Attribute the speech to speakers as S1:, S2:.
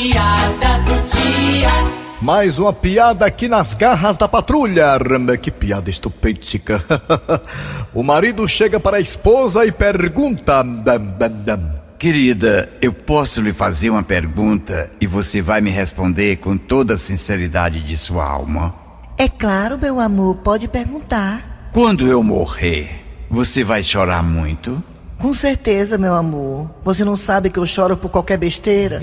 S1: piada do dia.
S2: Mais uma piada aqui nas garras da patrulha. Que piada estupêndica. o marido chega para a esposa e pergunta.
S3: Querida, eu posso lhe fazer uma pergunta e você vai me responder com toda a sinceridade de sua alma.
S4: É claro, meu amor, pode perguntar.
S3: Quando eu morrer, você vai chorar muito?
S4: Com certeza, meu amor. Você não sabe que eu choro por qualquer besteira?